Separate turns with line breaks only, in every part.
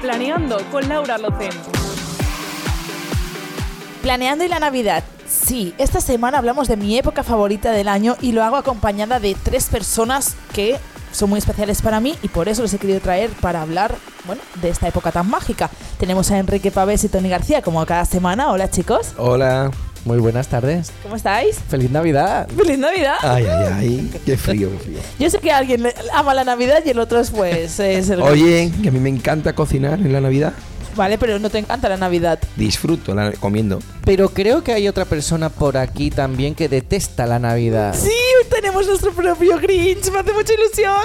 Planeando con Laura Locen.
Planeando y la Navidad. Sí, esta semana hablamos de mi época favorita del año y lo hago acompañada de tres personas que son muy especiales para mí y por eso los he querido traer para hablar, bueno, de esta época tan mágica. Tenemos a Enrique Pavés y Tony García como cada semana. Hola chicos,
Hola, muy buenas tardes.
¿cómo estáis?
¡Feliz Navidad! Ah.
¡Feliz Navidad!
Ay, ay, ay, qué frío, qué frío.
Yo sé que alguien le- ama la Navidad y el otro es pues es el...
Oye, que a mí me encanta cocinar en la Navidad.
Vale, pero no te encanta la Navidad.
Disfruto la, comiendo.
Pero creo que hay otra persona por aquí también que detesta la Navidad.
Sí, tenemos nuestro propio Grinch, me hace mucha ilusión.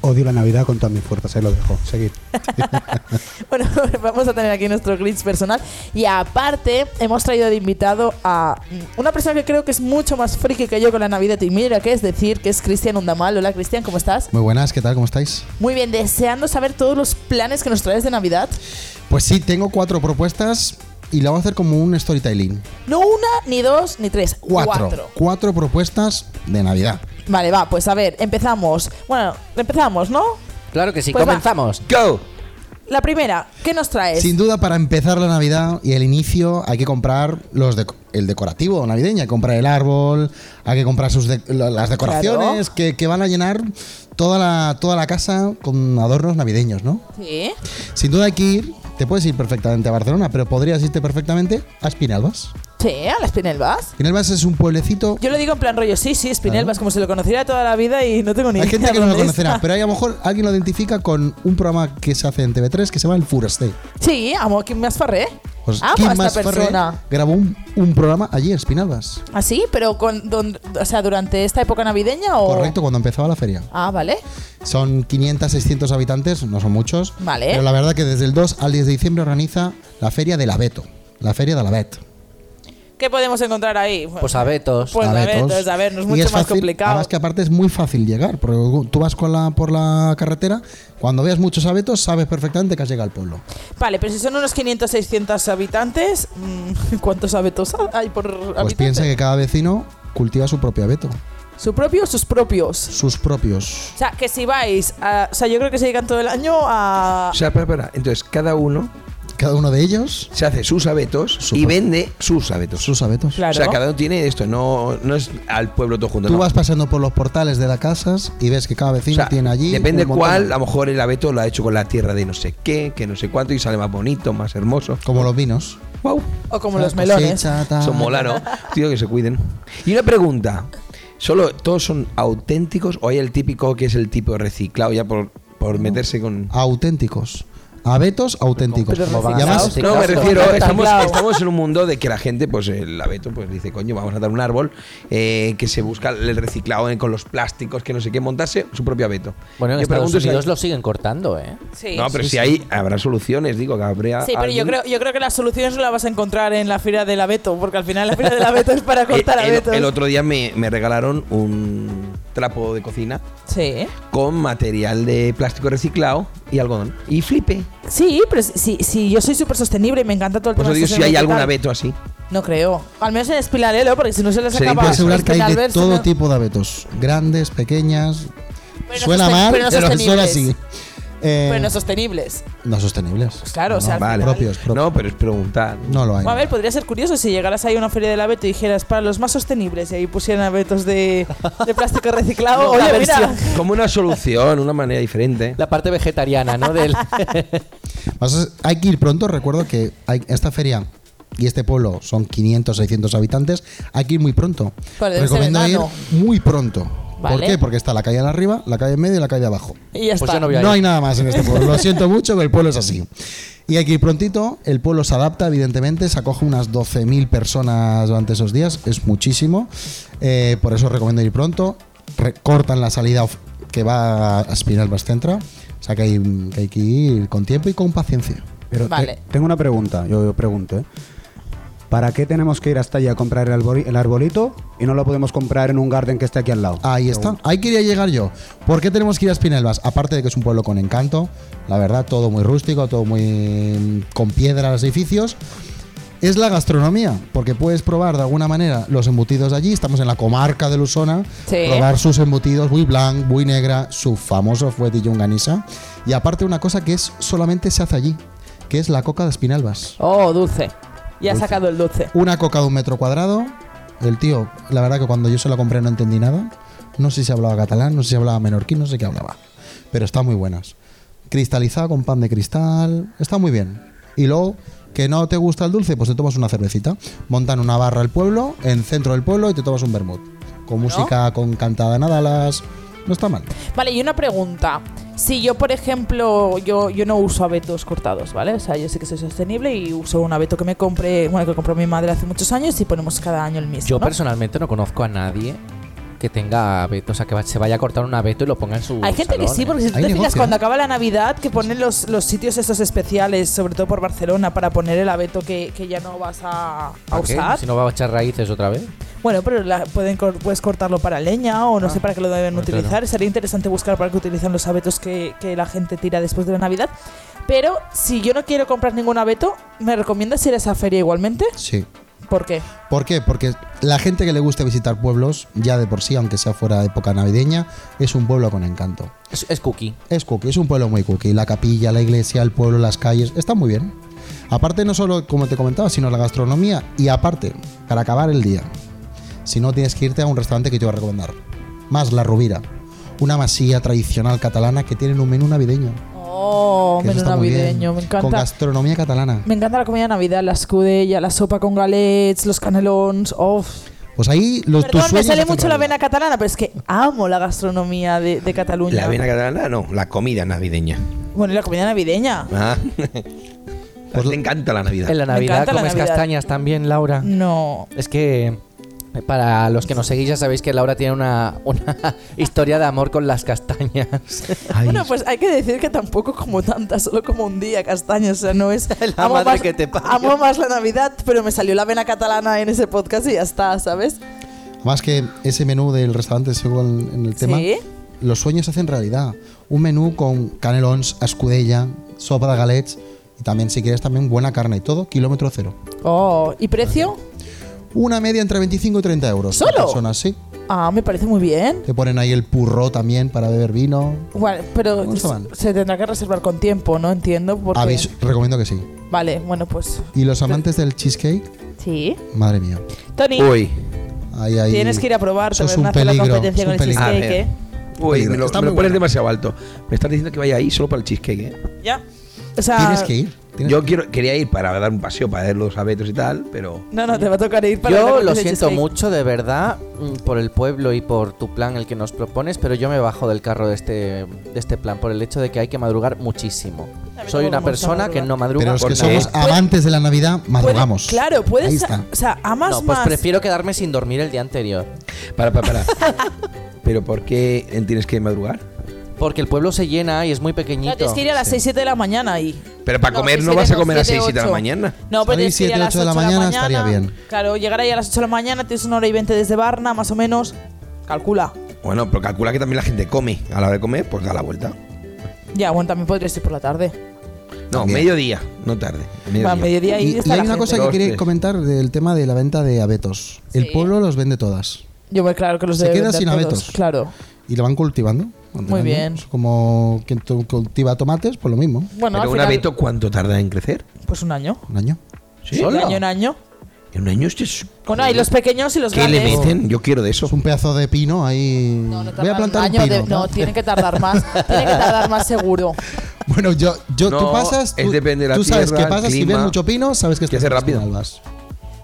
Odio la Navidad con todas mis fuerzas, ahí lo dejo. Seguid.
Bueno, vamos a tener aquí nuestro glitch personal. Y aparte, hemos traído de invitado a mm, una persona que creo que es mucho más friki que yo con la Navidad. Y mira qué es decir, que es Cristian Undamal. Hola, Cristian, ¿cómo estás?
Muy buenas, ¿qué tal? ¿Cómo estáis?
Muy bien, deseando saber todos los planes que nos traes de Navidad.
Pues sí, tengo cuatro propuestas y la voy a hacer como un storytelling.
No una, ni dos, ni tres.
Cuatro. Cuatro, propuestas de Navidad.
Vale, va, pues a ver, empezamos. Bueno, empezamos, ¿no?
Claro que sí,
Pues va.
comenzamos.
¡Go!
La primera, ¿qué nos traes?
Sin duda, para empezar la Navidad y el inicio, hay que comprar los deco- el decorativo navideño. Hay que comprar el árbol, hay que comprar sus de- la- las decoraciones que, que van a llenar toda la, toda la casa con adornos navideños, ¿no?
Sí.
Sin duda hay que ir, te puedes ir perfectamente a Barcelona, pero podrías irte perfectamente a Espinelvas.
Sí, a las Pinelvas.
Espinelvas es un pueblecito.
Yo lo digo en plan rollo, sí, sí, Spinelvas, como si lo conociera toda la vida y no tengo ni
Hay
idea.
gente que no lo
dónde
conocerá,
está.
pero ahí a lo mejor alguien lo identifica con un programa que se hace en TV3 que se llama El Fureste.
Sí, amo a Kim más Farré.
Pues
amo
Kim
a Ah, esta
Masferrer
persona.
grabó un, un programa allí en Espinalbas.
¿Así? ¿Pero con, don- o sea, durante esta época navideña o...?
Correcto, cuando empezaba la feria.
Ah, vale.
Son 500, 600 habitantes, no son muchos.
Vale.
Pero la verdad que desde el 2 al 10 de diciembre organiza la feria del abeto. La feria del abeto.
¿Qué podemos encontrar ahí?
Pues abetos.
Pues
abetos.
abetos, a ver, no es
Y
mucho más
fácil,
complicado.
Además que aparte es muy fácil llegar, porque tú vas con la, por la carretera, cuando veas muchos abetos sabes perfectamente que has llegado al pueblo.
Vale, pero si son unos 500, 600 habitantes, mm, ¿cuántos abetos hay por
Pues
habitante?
piensa que cada vecino cultiva su propio abeto,
¿Su propio o sus propios?
sus propios.
O sea, que si vais, a- o sea, yo creo que se dedican todo el año a...
O sea, espera, espera. Entonces, cada uno
Cada uno de ellos,
se hace sus abetos y
pro-
vende sus abetos.
sus abetos.
Claro.
O sea, cada uno tiene esto, no, no es al pueblo todo junto.
Tú
no.
vas pasando por los portales de las casas y ves que cada
O
vecino
sea,
tiene allí.
depende
un montón
cuál,
de-
a lo mejor el abeto lo ha hecho con la tierra de no sé qué, que no sé cuánto, y sale más bonito, más hermoso.
Como los vinos.
¡Wow!
O como
La
los melones.
cosecha, tal.
Son mola, ¿no? Tío, que se cuiden. Y una pregunta. ¿Solo todos son auténticos o hay el típico que es el tipo reciclado ya por, por meterse con...?
Ah, Auténticos. Abetos auténticos.
Pero
Y
reciclados.
además,
Sí,
No, me
claro,
refiero,
reciclado.
estamos, estamos en un mundo de que la gente, pues el abeto, pues dice, coño, vamos a dar un árbol eh, que se busca el reciclado eh, con los plásticos, que no sé qué, montarse su propio abeto.
Bueno, en
Yo
Estados
pregunto si hay-
Unidos lo siguen cortando, ¿eh?
Sí.
No, pero si hay, habrá soluciones, digo, que habrá...
Sí, pero yo
alguien-
creo, yo creo que las soluciones no las vas a encontrar en la fila del abeto, porque al final la fila del abeto es para cortar
Eh, El- el,
abetos.
el otro día me, me regalaron un trapo de cocina
Sí.
con material de plástico reciclado y algodón. Y flipé.
Sí, pero si, si, si yo soy súper sostenible y me encanta todo el
Por eso
tema
digo si hay
sostenible y
algún
tal.
abeto así.
No creo. Al menos en Espilarelo, porque si no se les
Sería
puedo
acaba.
asegurar que hay de
Espinalver, si
todo
no-
tipo de abetos. Grandes, pequeñas.
Pero no
Suena
sosten-
mal,
pero no
pero suena
sostenibles.
así. Eh,
Pero no sostenibles.
no sostenibles.
Pues claro, o
No,
sea, al
Vale.
final-
Propios, propios.
No, pero es preguntar.
No lo hay.
Bueno, a ver, podría ser curioso si llegaras ahí a una feria del abeto y dijeras para los más sostenibles y ahí pusieran abetos de, de plástico reciclado.
No, la
Oye, mira.
versión.
Como una solución, una manera diferente.
La parte vegetariana, ¿no? Del...
Vas a- hay que ir pronto. Recuerdo que hay- esta feria y este pueblo son 500, 600 habitantes. Hay que ir muy pronto.
Vale, este
Recomiendo ir
verano.
muy pronto. ¿Por
Vale.
qué? Porque está la calle de arriba, la calle en medio y la calle de abajo.
Y ya
Pues
está.
yo no voy a-
No hay nada más en este pueblo. Lo siento mucho, pero el pueblo es así. Y hay que ir prontito. El pueblo se adapta, evidentemente. Se acoge unas 12.000 personas durante esos días. Es muchísimo. Eh, por eso recomiendo ir pronto. Recortan la salida of- que va a Spinalbas Centra. O sea que hay, que hay que ir con tiempo y con paciencia.
Pero te-
Vale.
tengo una pregunta, yo, yo pregunto, ¿eh? ¿Para qué tenemos que ir hasta allá a comprar el, arbori- el arbolito y no lo podemos comprar en un garden que esté aquí al lado?
Ahí está. Ahí quería llegar yo. ¿Por qué tenemos que ir a Espinelvas? Aparte de que es un pueblo con encanto, la verdad, todo muy rústico, todo muy mm, con piedra los edificios. es la gastronomía, porque puedes probar de alguna manera los embutidos de allí. Estamos en la comarca de Lusona,
Sí.
probar sus embutidos, muy blanc, muy negra, su famoso fuetillo ganisa. Y aparte una cosa que es solamente se hace allí, que es la coca de espinalbas.
Oh, dulce. Ya ha sacado el dulce.
Una coca de un metro cuadrado. El tío, la verdad que cuando yo se la compré no entendí nada. No sé si hablaba catalán, no sé si hablaba menorquín, no sé qué hablaba. Pero están muy buenas. Cristalizada con pan de cristal. Está muy bien. Y luego, que no te gusta el dulce, pues te tomas una cervecita. Montan una barra al pueblo, en centro del pueblo, y te tomas un vermut. Con música, con cantada en adalas. No está mal.
Vale, y una pregunta. Si yo, por ejemplo, yo, yo no uso abetos cortados, ¿vale? O sea, yo sé que soy sostenible y uso un abeto que me compré, bueno, que compró mi madre hace muchos años y ponemos cada año el mismo.
Yo
¿no?
personalmente no conozco a nadie que tenga abeto, o sea, que va- se vaya a cortar un abeto y lo ponga en su.
Hay gente que
salón,
sí,
¿eh?
porque si tú
Hay
te fijas,
negocio,
cuando
¿eh?
acaba la Navidad, que ponen los, los sitios estos especiales, sobre todo por Barcelona, para poner el abeto que, que ya no vas a, a
¿Para qué?
usar.
Si no va a echar raíces otra vez.
Bueno, pero la- pueden, cor- puedes cortarlo para leña o no
Ah.
sé para qué lo deben
bueno,
Pues
claro.
utilizar. Sería interesante buscar para qué utilizan los abetos que, que la gente tira después de la Navidad. Pero si yo no quiero comprar ningún abeto, ¿me recomiendas ir a esa feria igualmente?
Sí.
¿Por qué?
¿Por qué? Porque la gente que le gusta visitar pueblos, ya de por sí, aunque sea fuera de época navideña, es un pueblo con encanto.
Es, es cookie.
Es cookie, es un pueblo muy cookie. La capilla, la iglesia, el pueblo, las calles, está muy bien. Aparte, no solo, como te comentaba, sino la gastronomía y aparte, para acabar el día, si no tienes que irte a un restaurante que te voy a recomendar, más La Rubira, una masía tradicional catalana que tienen un menú navideño.
Oh,
que eso
menú
está muy bien,
navideño, me
Con
encanta.
gastronomía catalana.
Me encanta la comida de Navidad, la escudella, la sopa con galets, los canelons. Oh.
Pues ahí los tus
Perdón, me
sueños
sale
hacen
mucho la
realidad.
vena catalana, pero es que amo la gastronomía de, de Cataluña.
La avena catalana, no, la comida navideña.
Bueno, y la comida navideña.
Ah. Pues le encanta la Navidad.
En la
Me
Navidad
encanta la
comes
Navidad. Mm.
castañas también, Laura.
No.
Es que eh, para los que nos seguís ya sabéis que Laura tiene una, una historia de amor con las castañas.
Ay,
Bueno, pues hay que decir que tampoco como tantas, solo como un día castaña, o sea, no es...
La madre que te parió.
amo más la Navidad, pero me salió la vena catalana en ese podcast y ya está, ¿sabes?
Más que ese menú del restaurante, según en el tema,
Sí.
los sueños se hacen realidad. Un menú con canelons, escudella, sopa de galets y también, si quieres, también buena carne y todo, kilómetro cero.
Oh, ¿y precio?
Una media entre 25 y 30 euros. por
¿Solo?
persona, sí.
Ah, me parece muy bien.
Te ponen ahí el purro también para beber vino.
Bueno, pero
¿Cómo se llaman?
se tendrá que reservar con tiempo, ¿no? Entiendo, porque...
Aviso- Ah, recomiendo que sí.
Vale, bueno, pues...
Y los amantes del cheesecake,
Sí.
madre mía.
Tony,
Uy,
Ahí, ahí-
tienes que ir a probar,
Eso
te
es
voy a
un
hacer la
peligro,
competencia
es
con
un
el
peligro.
a
cheesecake,
ver.
¿eh?
Uy, me lo,
Está
me lo
muy
pones
buena.
demasiado alto. Me estás diciendo que vaya ahí solo para el cheesecake, ¿eh?
Ya. O sea...
Tienes que ir. Tienes-
Yo quiero, quería ir para dar un paseo, para ver los abetos y tal, pero.
No, no, te va a tocar ir para la
Yo lo
competencia de
siento
cheesecake.
mucho, de verdad, mm, por el pueblo y por tu plan, el que nos propones, pero yo me bajo del carro de este, de este plan, por el hecho de que hay que madrugar muchísimo.
tampoco
Soy
me
una
gusta
persona que
madrugar.
no madruga.
Pero los
por
que
nada.
somos amantes de la Navidad,
Puede-
madrugamos.
Claro, puedes...
Ahí está.
O sea, amas
No, pues
más...
prefiero quedarme sin dormir el día anterior.
Para, para, para. pero ¿por qué tienes que madrugar?
Porque el pueblo se llena y es muy
Claro,
pequeñito.
tienes que ir a las
Sí.
6, 7 de la mañana y...
Pero para
No, pues
comer
si
no vas a
queremos
comer a 6,
siete,
7 de la
ocho.
mañana.
No,
Salir
pero tienes que ir a
siete,
las
ocho de la
8
mañana estaría bien.
Claro, llegar ahí a las 8 de la mañana, tienes una hora y 20 desde Barna, más o menos. Calcula.
Bueno, pero calcula que también la gente come. A la hora de comer, pues da la vuelta.
Ya, bueno, también podrías ir por la tarde.
No,
También.
mediodía, no tarde.
Va,
Mediodía.
a mediodía
Y,
ahí
y
está
hay
la
una
gente.
cosa que
Dos,
quería
tres.
comentar del tema de la venta de abetos. El
Sí.
pueblo los vende todas.
Yo, pues, claro, que los
Se
debe
queda
vender
sin
todos,
abetos.
Claro.
y lo van cultivando. durante
Muy
años.
bien.
Es Como quien tu- cultiva tomates, pues lo mismo,
Bueno,
pero
al
un
final,
abeto, ¿cuánto tarda en crecer?
Pues un año.
un año.
¿Sí?
Un año, un año.
En un año este es-
Bueno, hay los pequeños y los
¿Qué le
grandes.
meten? Yo quiero de eso.
Es un pedazo de pino ahí.
No, no tardan
Voy a plantar
un año
un pino.
de-
¿no?
no, tiene que tardar más. tiene que tardar más seguro.
Bueno, yo, yo
No,
tú pasas,
es
tú,
depende de la
tú sabes
tierra,
qué pasa, si
clima,
ves mucho pino, sabes que
que
estás
hace
en las
rápido.
Albas.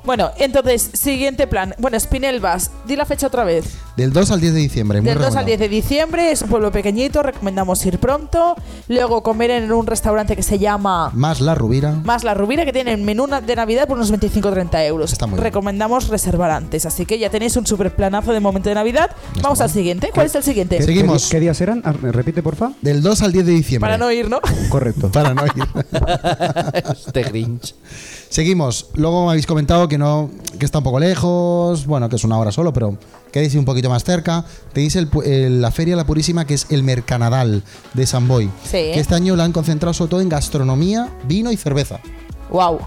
Bueno, entonces, siguiente plan. Bueno, Spinelvas, di la fecha otra vez.
Del 2 al 10 de diciembre, muy
Del 2 al
recomendado.
10 de diciembre, es un pueblo pequeñito, recomendamos ir pronto. Luego comer en un restaurante que se llama
Más la rubira.
Más la Rubira, que tiene el menú na- de Navidad por unos 25-30 euros.
Está muy bien.
recomendamos reservar antes, así que ya tenéis un super planazo de momento de Navidad. Vamos al siguiente. ¿Cuál es el siguiente?
¿Qué- qué
Seguimos.
di- ¿Qué, días eran? Ah, Repite, porfa.
Del 2 al 10 de diciembre.
Para no ir, ¿no?
Correcto.
Para no ir.
Este Grinch.
Seguimos. Luego me habéis comentado que no, que está un poco lejos, bueno, que es una hora solo, pero queréis ir un poquito más cerca. Tenéis el pu- el- la Feria La Purísima, que es el Mercanadal de San Boy.
Sí.
Que este año la han concentrado sobre todo en gastronomía, vino y cerveza.
Wow.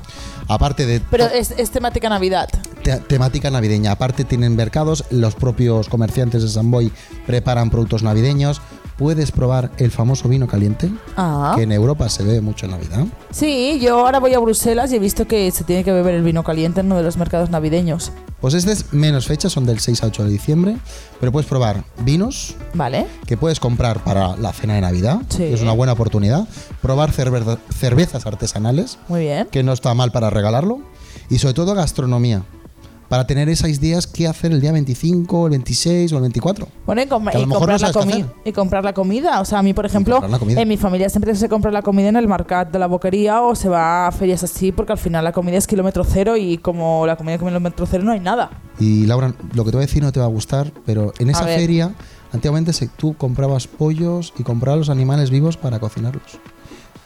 Aparte de
Pero es, es temática Navidad.
te- temática navideña. Aparte tienen mercados, los propios comerciantes de Samboy preparan productos navideños. Puedes probar el famoso vino caliente,
Ah.
que en Europa se ve mucho en Navidad.
Sí, yo ahora voy a Bruselas y he visto que se tiene que beber el vino caliente en uno de los mercados navideños.
Pues este es menos fechas, son del 6 a 8 de diciembre, pero puedes probar vinos
¿Vale?
que puedes comprar para la cena de Navidad,
Sí.
que es una buena oportunidad, probar cerveza- cervezas artesanales,
Muy bien.
que no está mal para regalarlo, y sobre todo gastronomía, para tener esos días que hacer el día 25, el 26 o el 24.
Bueno, y, com-
Que a
y
lo mejor
comprar
no
la
sabes qué
comi-
hacer.
y comprar la comida. O sea, a mí, por ejemplo,
comprar la comida.
en mi familia siempre se compra la comida en el mercado de la boquería o se va a ferias así, porque al final la comida es kilómetro cero y como la comida es kilómetro cero no hay nada.
Y Laura, lo que te voy a decir no te va a gustar, pero en esa
ver.
feria, antiguamente se- tú comprabas pollos y comprabas los animales vivos para cocinarlos.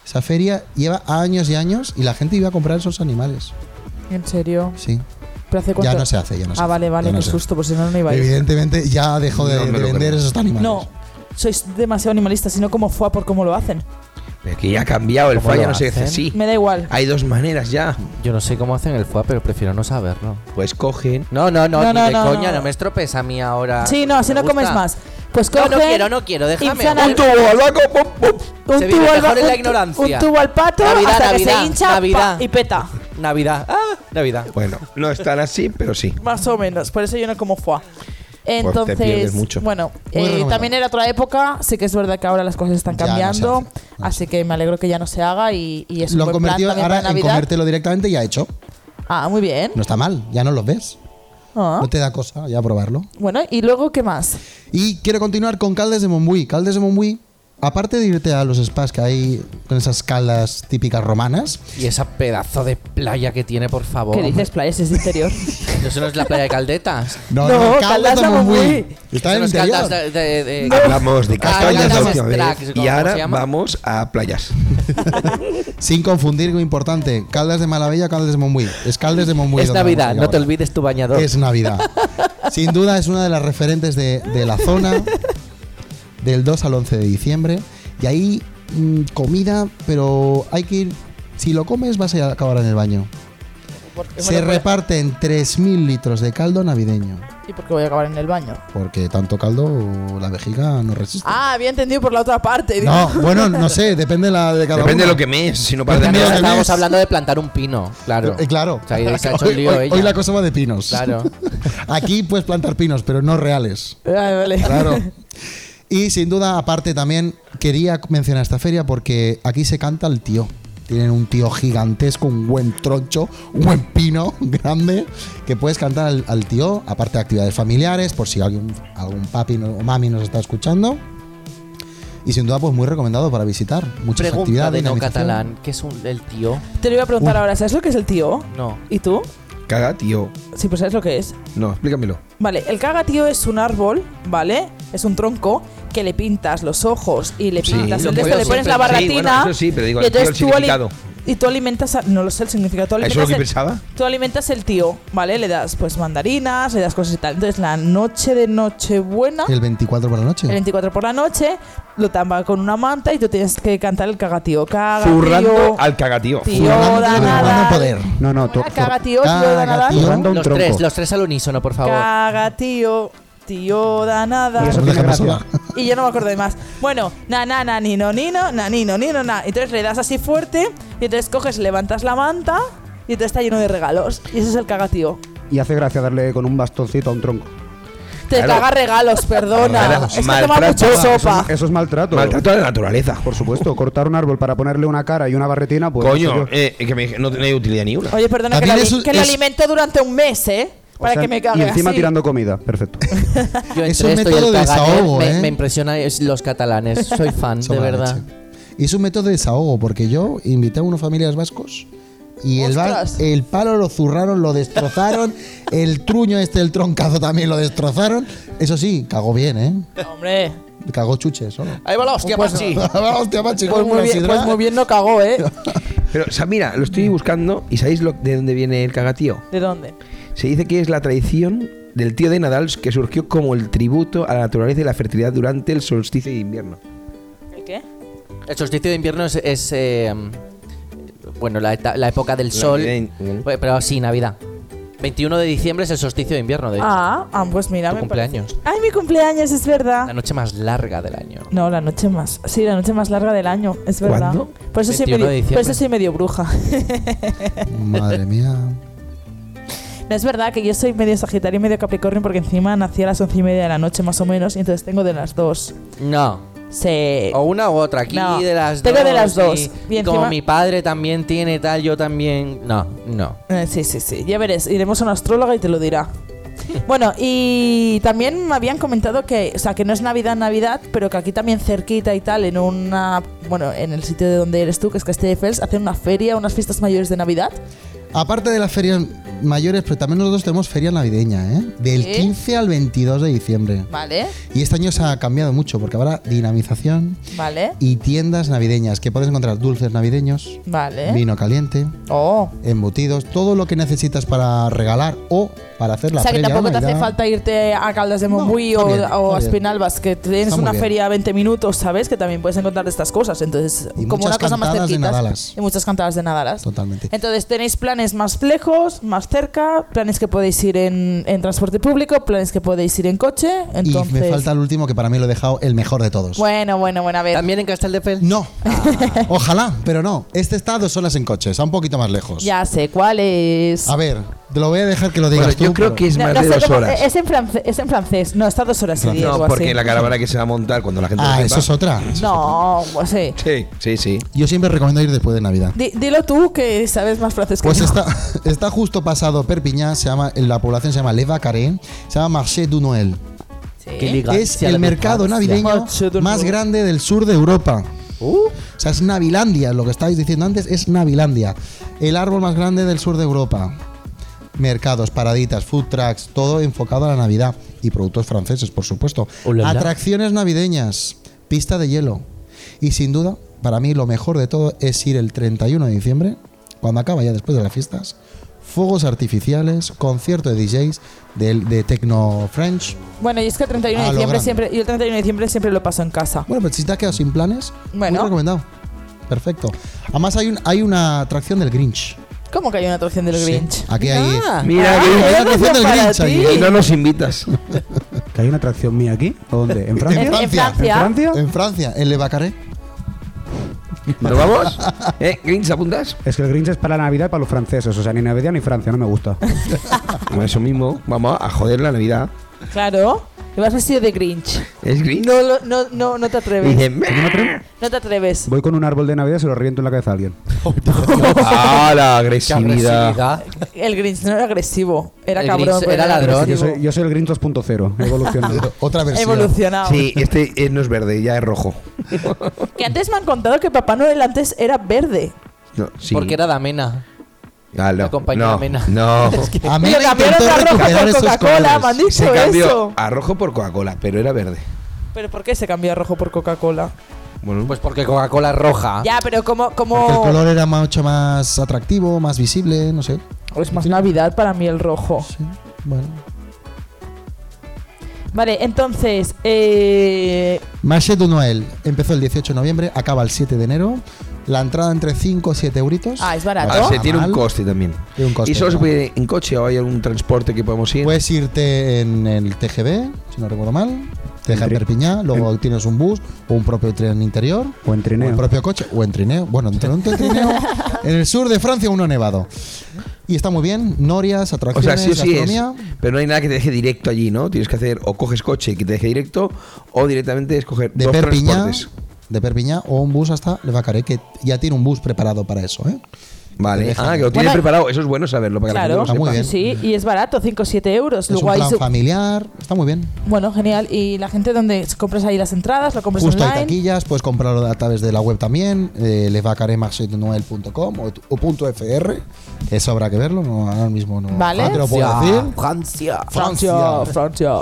Esa feria lleva años y años y la gente iba a comprar esos animales.
En serio.
Sí.
¿Pero hace
Ya
cuánto?
no se hace, ya no se
Ah,
hace,
vale, vale,
ya no
qué
se hace.
susto, pues si no, no iba a ir.
Evidentemente ya dejó de,
No me
de
lo
vender
creo.
esos animales.
No, sois demasiado animalistas, sino como fue por cómo lo hacen.
Pero que ya ha cambiado el
¿Cómo
fallo,
lo
no se dice
hacen?
así.
Me da igual.
Hay dos maneras ya.
Yo no sé cómo hacen el FUA, pero prefiero no saberlo.
Pues cogen.
No, no, no,
No,
ni
no,
de
no,
coña,
no.
no. me estropes a mí ahora.
Sí, no, si
Ah, Me
no comes
gusta.
más. Pues
No,
coge.
no quiero, no quiero, déjame.
inflan
Hombre,
al tubo, un
Se vive
tubo al
mejor en la
un tu-
ignorancia.
Un tubo al pato
Navidad,
hasta que
Navidad,
se hincha
Navidad.
pa, y peta.
Navidad. Ah, Navidad.
Bueno, no están así, pero sí.
Más o menos, por eso yo no como foie.
Pues
te
Entonces,
pierdes mucho.
bueno, eh,
recomendado.
también era otra época, sí que es verdad que ahora las cosas están
Ya no se
cambiando,
hace, no
así que me alegro que ya no se haga y, y es un
Lo han
buen plan
convertido
también
ahora
para
en
Navidad.
comértelo directamente ya hecho.
Ah, muy bien.
No está mal, ya no los ves.
Ah.
No te da cosa ya probarlo.
Bueno, y luego, ¿qué más?
Y quiero continuar con Caldes de Montbui. Caldes de Montbui, aparte de irte a los spas que hay con esas caldas típicas romanas,
Y esa pedazo de playa que tiene, por favor.
¿Qué dices, playas? Es de interior.
Hombre, Eso no es la playa de Caldetas.
No,
No,
no,
Caldas
Caldas de
de
Montbui.
Montbui.
Eso
Está en
no
el
es
interior.
Caldas de- de- de-
Hablamos de
Ah,
castañas la
Caldas
última vez.
Strax, ¿cómo
Y
se
ahora
llama?
vamos a playas.
Sin confundir lo importante. Caldas de Malavella, Caldas de Montbui. Es Caldas de Montbui.
Es
donde
Navidad,
vamos a
no te
llegar.
olvides tu bañador.
Es Navidad. Sin duda es una de las referentes de, de la zona. Del 2 al 11 de diciembre. Y ahí mm, comida, pero hay que ir... Si lo comes vas a acabar en el baño. Se
pues,
reparten 3.000 litros de caldo navideño.
¿Y por qué voy a acabar en el baño?
Porque tanto caldo la vejiga no resiste.
Ah, había entendido por la otra parte. digo.
No, bueno, no sé, depende la de cada
Depende de
uno.
lo que me es, si no para
Depende
de
de
nada.
lo que
Estábamos
ves.
hablando de plantar un pino, claro.
Eh, claro.
O sea, ahí se ha hecho
hoy,
el lío
hoy-
ella.
hoy la cosa va de pinos.
Claro.
Aquí puedes plantar pinos, pero no reales.
Ah, vale.
Claro. Y sin duda, aparte también quería mencionar esta feria porque aquí se canta el tío. Tienen un tío gigantesco, un buen troncho, un buen pino grande, que puedes cantar al, al tío, aparte de actividades familiares, por si alguien, algún papi no- o mami nos está escuchando. Y sin duda, pues muy recomendado para visitar. Muchas
Pregunta
actividades.
de no
dinamización.
catalán, ¿qué es un, el tío?
Te lo iba a preguntar
Uh.
ahora, ¿sabes lo que es el tío?
No.
¿Y tú?
Caga, tío.
Sí, pues sabes lo que es.
No, explícamelo.
Vale, el cagatío es un árbol, ¿vale? Es un tronco que le pintas los ojos y le
Sí,
pintas
lo
el de esto,
puedo
le pones la
siempre-
barratina.
sí, bueno, eso sí, pero digo,
y
el tío,
entonces tú
el
ali-
significado.
Y tú alimentas, a- no lo sé el significado, tú
¿Eso es
alimentas,
lo que
el-
pensaba?
tú alimentas el tío, ¿vale? Le das pues mandarinas, le das cosas y tal. Entonces la noche de Nochebuena,
El 24 por la noche.
el 24 por la noche, lo tamba con una manta y tú tienes que cantar el cagatío. Cagatío,
Zurrando al cagatío.
tío
Zurrando,
da
pero
nada.
jugando a poder.
No, no, tú-
Hola, cagatío,
Caga,
tío da nada.
tío.
Zurrando un
Los
tronco.
tres, los tres al unísono, por favor.
Cagatío, tío da nada.
Y eso
No
tiene
dejamos
gracia.
hablar.
Y yo no me acuerdo de más. Bueno, na, na, na, nino, nino, na, nino, nino, na. Entonces le das así fuerte y entonces coges, levantas la manta y entonces está lleno de regalos. Y ese es el cagatío.
Y hace gracia darle con un bastoncito a un tronco.
Te
Claro.
cagas regalos, perdona.
Claro,
Es que toma
maltrato.
mucha
Eso es
sopa.
Eso es maltrato.
Maltrato a la naturaleza.
Por supuesto, cortar un árbol para ponerle una cara y una barretina, pues. no
Coño,
sé yo.
eh, que me dije, no hay utilidad ni una.
Oye, perdona que,
También
la,
es un-
que la
es-
alimento durante un mes, ¿eh?
O
Para
sea,
que me cague
Y encima
así.
tirando comida, perfecto.
Yo
Es
entre esto
un
y
método
el caganer,
de desahogo,
me,
¿eh?
me impresiona es- los catalanes. Soy fan, de
Sobre la
verdad.
leche. Y es un método de desahogo, porque yo invité a unos familiares vascos y el, va-
¡Ostras!
el palo lo zurraron, lo destrozaron, el truño este, el troncazo también lo destrozaron. Eso sí, cagó bien, ¿eh?
Hombre.
Cagó chuche solo.
Ahí va la hostia, Pachi.
Hostia, macho,
Pues
como
muy,
una
bien,
sidra.
pues muy bien no cagó, ¿eh?
Pero, o sea, mira, lo estoy buscando y ¿sabéis lo- de dónde viene el cagatío?
¿De dónde?
Se dice que es la tradición del tío de Nadal que surgió como el tributo a la naturaleza y la fertilidad durante el solsticio de invierno.
¿El qué?
El solsticio de invierno es. es, eh, bueno, la, eta- la época del sol.
Navidad, ¿no?
Pues, Pero sí, Navidad. 21 de diciembre es el solsticio de invierno, de hecho.
Ah, ah, pues mira,
Tu
me
cumpleaños.
parece- Ay, mi cumpleaños, es verdad.
La noche más larga del año.
No, la noche más. Sí, la noche más larga del año, es verdad.
¿Cuándo?
Por eso, soy
21 de
medio, por
diciembre.
eso soy medio bruja.
Madre mía.
no es verdad que yo soy medio sagitario y medio capricornio porque encima nací a las once y media de la noche más o menos y entonces tengo de las dos.
No.
Se...
O una u otra, aquí
No,
de las
tengo
dos.
de las dos.
y-
Y
y como
encima-
mi padre también tiene tal, yo también. No, no.
Eh, sí, sí, sí. Ya verás, iremos a una astróloga y te lo dirá. Bueno, y también me habían comentado que, o sea, que no es Navidad, Navidad, pero que aquí también cerquita y tal, en una, bueno, en el sitio de donde eres tú, que es Castelldefels, hacen una feria, unas fiestas mayores de Navidad.
Aparte de las ferias mayores, pero también nosotros tenemos feria navideña, ¿eh? Del
¿Sí?
15 al 22 de diciembre.
Vale,
Y este año se ha cambiado mucho porque habrá dinamización
vale,
y tiendas navideñas que puedes encontrar dulces navideños,
vale.
vino caliente,
Oh.
embutidos, todo lo que necesitas para regalar o para hacer la
o sea, que
previa a
tampoco te hace
Navidad.
falta irte a Caldas de Montbui
está
o,
bien,
o
está
a
bien.
Espinalbas, que tienes
Está muy
una
bien.
feria a 20 minutos, ¿sabes? Que también puedes encontrar estas cosas. Entonces,
Y
como
muchas
una cosa más
cantadas de
cerquita.
Nadalas.
Y muchas cantadas de Nadalas.
Totalmente.
Entonces, tenéis planes más lejos, más cerca, planes que podéis ir en, en transporte público, planes que podéis ir en coche. Entonces,
Y me falta el último que para mí lo he dejado el mejor de todos.
Bueno, bueno, bueno, a ver.
¿También en Casteldefels?
No, ojalá, pero no. Este está a dos horas en coche, está un poquito más lejos.
Ya sé cuál es.
A ver, te lo voy a dejar que lo digas
Bueno,
tú,
yo creo
pero-
que es
No,
más
no
de
sé
dos
cómo-
horas.
Es este en, france- es en francés. No, está dos horas y diez.
no,
o
porque
así.
la caravana que se va a montar cuando la gente.
Ah,
lo
eso
sepa-
es otra. Eso es otra.
No, pues sí.
Sí, sí, sí.
Yo siempre recomiendo ir después de Navidad.
Di- dilo tú que sabes más francés que
Pues
yo.
está, está justo pasado Perpiñán, se llama, la población se llama Le Vacaré, se llama Marché du Noël.
Sí.
Que liga-
¿Eh? Es
si a la
el mercado
mercancía.
navideño
Marché du
más
Noël.
grande del sur de Europa.
Uh,
O sea, es Navilandia, lo que estáis diciendo antes es Navilandia. El árbol más grande del sur de Europa. Mercados, paraditas, food trucks, todo enfocado a la Navidad. Y productos franceses, por supuesto.
Ulala.
Atracciones navideñas, pista de hielo. Y sin duda, para mí lo mejor de todo es ir el 31 de diciembre, cuando acaba ya después de las fiestas. Fuegos artificiales, concierto de DJs, de, de Tecno French.
Bueno, y es que el 31 de
A Ah, lo
diciembre
grande.
siempre, yo el 31 de diciembre siempre lo paso en casa.
Bueno, pero si te has quedado sin planes,
Bueno.
muy recomendado. Perfecto. Además hay, un, hay una atracción del Grinch.
¿Cómo que hay una atracción del
Sí,
Grinch?
Aquí hay...
Ah,
Mira,
Ah,
que-
¿eh?
Hay una atracción del
Para
Grinch
ti.
ahí.
Y no nos invitas.
¿Que hay una atracción mía aquí? ¿O dónde? ¿En Francia?
En
En, en
Francia.
Francia.
Francia?
En Francia, en Le Bacaré.
¿Nos vamos? ¿Eh? ¿Grinch, apuntas?
Es que el Grinch es para la Navidad y para los franceses. O sea, ni Navidad ni Francia, no me gusta.
Bueno, eso mismo. Vamos a joder la Navidad.
Claro. Y vas vestido de Grinch.
¿Es Grinch?
No, lo- no, no, no te
Y
atreves.
dice, "Meh".
No te atreves.
Voy con un árbol de Navidad y se lo reviento en la cabeza a alguien.
¡Ah, la
qué
agresividad!
agresividad.
El Grinch no era agresivo, era
El
cabrón.
Grinch
pero
era ladrón.
Yo soy, yo soy el Grinch 2.0,
Ah.
evolucionando.
Otra versión.
Evolucionado.
Sí, este eh, no es verde, ya es rojo.
Que antes me han contado que Papá Noel antes era verde.
No, sí.
Porque era Damena.
Ah, no,
la compañía
no,
amena.
No.
Amena
Y lo cambiaron
intentó
a roja
recuperar
por
esos
Coca-Cola,
colores.
me han
Se
dicho
cambió
eso.
a rojo por Coca-Cola, pero era verde.
Pero ¿por qué se cambió a rojo por Coca-Cola?
Bueno,
Pues porque Coca-Cola es roja.
Ya, pero como,
Ah. Porque el
como
color era mucho más atractivo, más visible, no sé.
es más Navidad para mí el rojo.
Sí, bueno.
Vale, entonces, eh,
Marché du Noël empezó el 18 de noviembre, acaba el 7 de enero. La entrada entre 5 y 7 euritos.
Ah, es barato.
No
ah,
está
se tiene un
mal.
coste también.
Tiene un coste,
¿Y solo se
¿no? Pues,
puede ir en coche o hay algún transporte que podemos ir?
Puedes irte en el TGV, si no recuerdo mal. Te deja en
En tri-
Perpiñá, luego tienes un bus o un propio tren interior.
O en
O el
trineo.
propio coche. O en trineo. Bueno, en tren- en trineo. en el sur de Francia, uno nevado. Y está muy bien. Norias,
o sea,
atracciones,
sí o sí es.
gastronomía.
Pero no hay nada que te deje directo allí, ¿no? Tienes que hacer o coges coche y que te deje directo o directamente escoger
De
dos
Perpiñá.
transportes.
De Perpiñá o un bus hasta Le Vacaré, que ya tiene un bus preparado para eso, ¿eh? Te
Vale.
deja
Ah, que lo
directo.
tiene
Bueno,
preparado. Eso es bueno saberlo para que la gente
claro,
lo
Ah, muy
sepa.
bien.
sí, y es barato, 5 o 7 euros.
Es un
Luego hay
plan
su-
familiar. Está muy bien.
Bueno, genial. ¿Y la gente donde compras ahí las entradas? ¿Lo compras
Justo hay
Pues online?
taquillas, puedes comprarlo a través de la web también, eh, levacaremarchetunoel.com o, o punto .fr, eso habrá que verlo, no, ahora mismo no,
Vale.
no te lo puedo decir.
Francia.
Francia, Francia.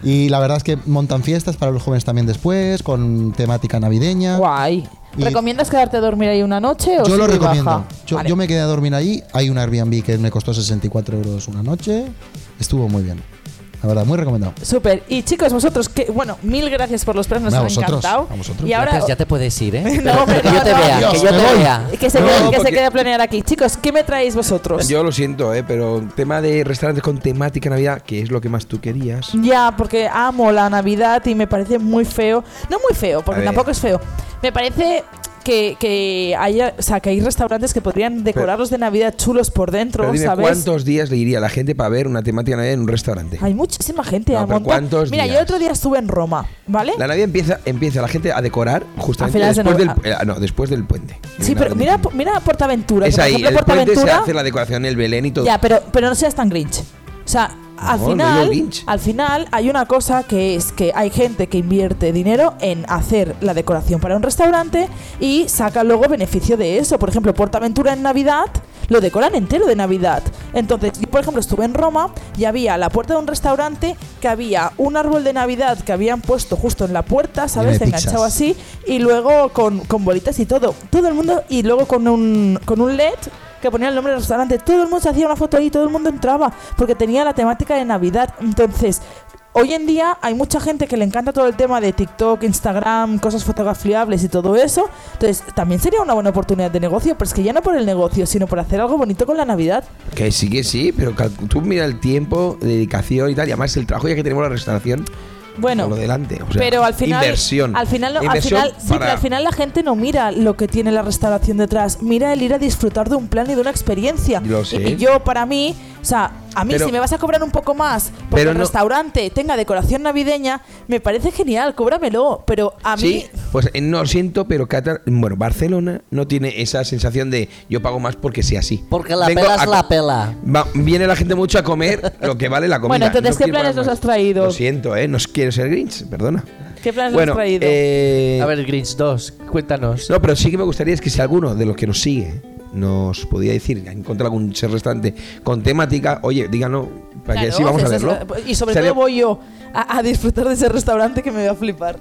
Y la verdad es que montan fiestas para los jóvenes también después, con temática navideña.
Guay.
Y-
¿Recomiendas quedarte a dormir ahí una noche o
Yo lo
sube y
recomiendo.
baja?
Yo,
Vale.
yo me quedé a dormir allí, hay un Airbnb que me costó 64 euros una noche, estuvo muy bien. La verdad, muy recomendado.
Súper. Y chicos, vosotros, que, bueno, mil gracias por los planes, nos
A
han
vosotros,
encantado.
a vosotros.
Y ahora
Gracias, ya te puedes ir, ¿eh?
No,
Pero que
pero
yo te
no,
vea,
Dios,
que yo
me
te
voy.
vea.
que se,
No,
quede, que se
porque-
quede a planear aquí. Chicos, ¿qué me traéis vosotros?
Yo lo siento, eh, pero tema de restaurantes con temática navidad, que es lo que más tú querías.
Ya, porque amo la Navidad y me parece muy feo. No muy feo, porque
ver.
tampoco es feo. Me parece que, que haya, o sea, que hay restaurantes que podrían decorarlos de Navidad chulos por dentro,
Pero dime,
¿sabes?
¿cuántos días le iría a la gente para ver una temática navidad en un restaurante?
Hay muchísima gente
No,
a
pero
montar.
¿cuántos
Mira, yo
días?
otro día estuve en Roma, ¿vale?
La Navidad empieza, empieza la gente a decorar justamente
finales de
después, del,
noviembre.
eh, no, después del puente.
sí,
Una
pero
vez-
mira, mira Portaventura. que
Es
por
ahí,
ejemplo,
el puente se
Portaventura-
hace la decoración, el Belén y todo.
Ya, pero, pero no seas tan grinch. O sea, al
No, no
final,
digo grinch.
al final hay una cosa que es que hay gente que invierte dinero en hacer la decoración para un restaurante y saca luego beneficio de eso. Por ejemplo, Portaventura en Navidad lo decoran entero de Navidad. Entonces, yo por ejemplo estuve en Roma y había a la puerta de un restaurante que había un árbol de Navidad que habían puesto justo en la puerta, ¿sabes?
Lleno de
Enganchado
pizzas.
así y luego con, con bolitas y todo. Todo el mundo y luego con un, con un LED que ponía el nombre del restaurante. Todo el mundo se hacía una foto ahí, todo el mundo entraba porque tenía la temática de Navidad. Entonces, hoy en día hay mucha gente que le encanta todo el tema de TikTok, Instagram, cosas fotografiables y todo eso. Entonces, también sería una buena oportunidad de negocio, pero es que ya no por el negocio, sino por hacer algo bonito con la Navidad.
Que sí, que sí, pero cal- tú mira el tiempo, dedicación y tal, y además el trabajo ya que tenemos la restauración
Bueno,
por lo delante. o sea,
pero al final,
Inversión.
al final, no- al
Inversión
final, sí, pero
para-
al final la gente no mira lo que tiene la restauración detrás, mira el ir a disfrutar de un plan y de una experiencia.
Lo sé.
Y, y yo para mí, o sea, a mí
Pero-
si me vas a cobrar un poco más porque
pero
el
no-
restaurante tenga decoración navideña, me parece genial, cóbramelo, pero a mí
Sí, pues eh, no siento, pero Qatar, bueno, Barcelona no tiene esa sensación de yo pago más porque sea así.
Porque la
Vengo
pela es
a-
la pela.
Va- viene la gente mucho a comer lo que vale la comida.
Bueno, entonces, ¿qué
quiero
planes
pagar
nos
más.
has traído?
Lo siento, ¿eh? No quiero ser Grinch, perdona.
¿Qué planes
bueno,
has traído?
eh,
A ver, Grinch 2, cuéntanos.
No, pero sí que me gustaría es que si alguno de los que nos sigue nos podía decir, ha encontrado algún ser restante con temática, oye, díganos, para que
Claro,
sí vamos a
eso es-
verlo.
Y sobre
Sería-
todo voy yo a, a disfrutar de ese restaurante que me va a flipar.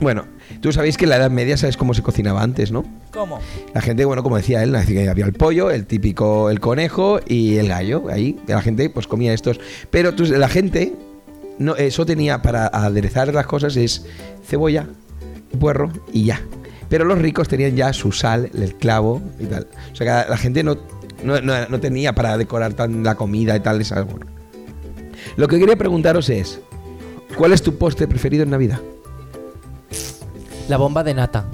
Bueno, tú sabéis que en la Edad Media sabes cómo se cocinaba antes, ¿no?
¿Cómo?
La gente, bueno, como decía él, decía que había el pollo, el típico, el conejo y el gallo. Ahí la gente pues comía estos. Pero tú- la gente, no, eso tenía para aderezar las cosas es cebolla, puerro y ya. Pero los ricos tenían ya su sal, el clavo y tal. O sea que la gente no, no, no- no tenía para decorar tan la comida y tal. esa- bueno. Lo que quería preguntaros es, ¿cuál es tu postre preferido en Navidad?
La bomba de nata.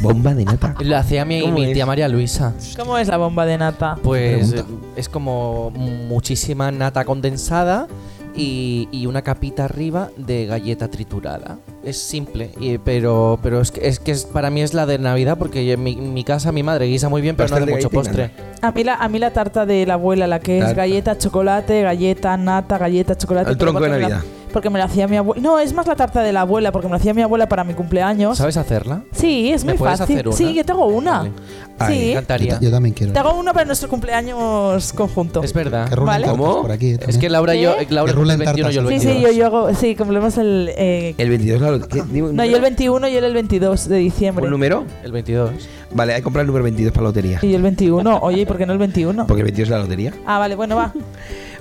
Bomba de nata.
Lo hacía mi,
¿Cómo
mi
es?
tía María Luisa.
¿Cómo es la bomba de nata?
Pues eh, es como muchísima nata condensada y, y una capita arriba de galleta triturada. Es simple, y- pero, pero es que, es que es- para mí es la de Navidad porque en mi, mi casa mi madre guisa muy bien, pero
Pastel
no hace
de
mucho
galleta y
postre.
A mí, la, a mí la tarta de la abuela, la que es
Tarta.
galleta, chocolate, galleta, nata, galleta, chocolate.
Al
pero
tronco de
porque me la-
Navidad.
porque me la hacía mi abuela. No, es más la tarta de la abuela, porque me la hacía mi abuela para mi cumpleaños.
¿Sabes hacerla?
Sí, es
¿Me
muy
puedes
fácil.
hacer una?
Sí, yo tengo una.
Vale.
Ay,
Sí,
Me
Yo,
encantaría.
ta- yo también quiero.
te hago una para nuestro cumpleaños conjunto.
Es verdad.
Que rulen
Vale.
tartas
¿Cómo?
por aquí,
Es
también.
que Laura y yo,
¿Qué?
eh, Laura
Que
cumple
rulen
el 21, yo el
Sí,
¿eh?
22.
sí, yo, yo hago. Sí, cumplemos el. eh,
El 22, claro. ¿qué? Dime un
no, yo el
número.
21 y él el 22 de diciembre.
¿Un número?
El 22.
Vale, hay que comprar el número 22 para la lotería.
Y yo el 21. Oye, ¿y por qué no el 21?
Porque el 22 es la lotería.
Ah, vale, bueno, va.